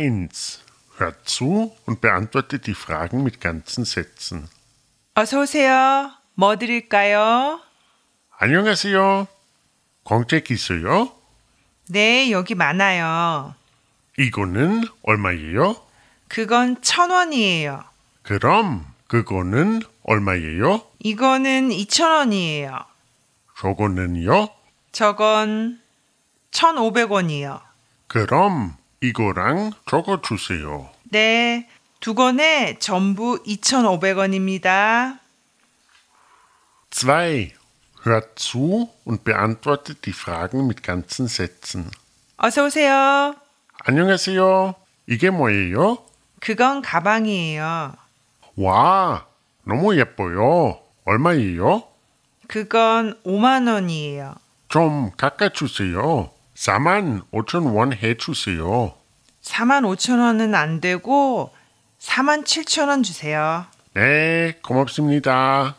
1. Hört zu und beantwortet die Fragen mit ganzen Sätzen. 어서 오세요. 뭐 드릴까요? 안녕하세요. 공책 있어요? 네, 여기 많아요. 이거는 얼마예요? 그건 천 원이에요. 그럼 그거는 얼마예요? 이거는 이천 원이에요. 저거는요? 저건 천 오백 원이요. 그럼 이거랑 저거 주세요. 네, 두 권에 전부 이천 오백 원입니다. 2. Hört zu und beantwortet die Fragen mit ganzen Sätzen. 어서 오세요. 안녕하세요. 이게 뭐예요? 그건 가방이에요. 와, 너무 예뻐요. 얼마예요? 그건 오만 원이에요. 좀 깎아주세요. 4만 5천 원 해주세요. 4만 5천 원은 안 되고 4만 7천 원 주세요. 네, 고맙습니다.